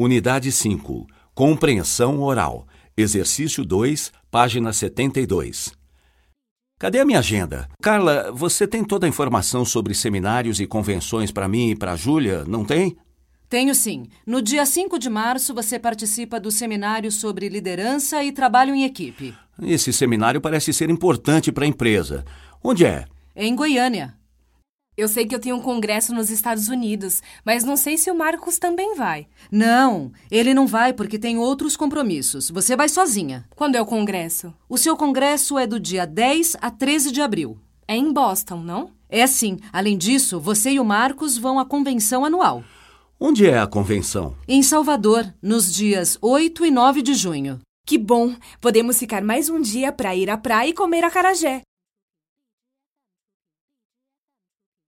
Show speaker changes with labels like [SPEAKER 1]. [SPEAKER 1] Unidade 5. Compreensão oral. Exercício 2, página 72. Cadê a minha agenda? Carla, você tem toda a informação sobre seminários e convenções para mim e para a Júlia, não tem?
[SPEAKER 2] Tenho sim. No dia 5 de março, você participa do seminário sobre liderança e trabalho em equipe.
[SPEAKER 1] Esse seminário parece ser importante para a empresa. Onde é?
[SPEAKER 2] Em Goiânia.
[SPEAKER 3] Eu sei que eu tenho um congresso nos Estados Unidos, mas não sei se o Marcos também vai.
[SPEAKER 2] Não, ele não vai porque tem outros compromissos. Você vai sozinha.
[SPEAKER 3] Quando é o congresso?
[SPEAKER 2] O seu congresso é do dia 10 a 13 de abril.
[SPEAKER 3] É em Boston, não?
[SPEAKER 2] É sim. Além disso, você e o Marcos vão à convenção anual.
[SPEAKER 1] Onde é a convenção?
[SPEAKER 2] Em Salvador, nos dias 8 e 9 de junho.
[SPEAKER 3] Que bom! Podemos ficar mais um dia para ir à praia e comer acarajé.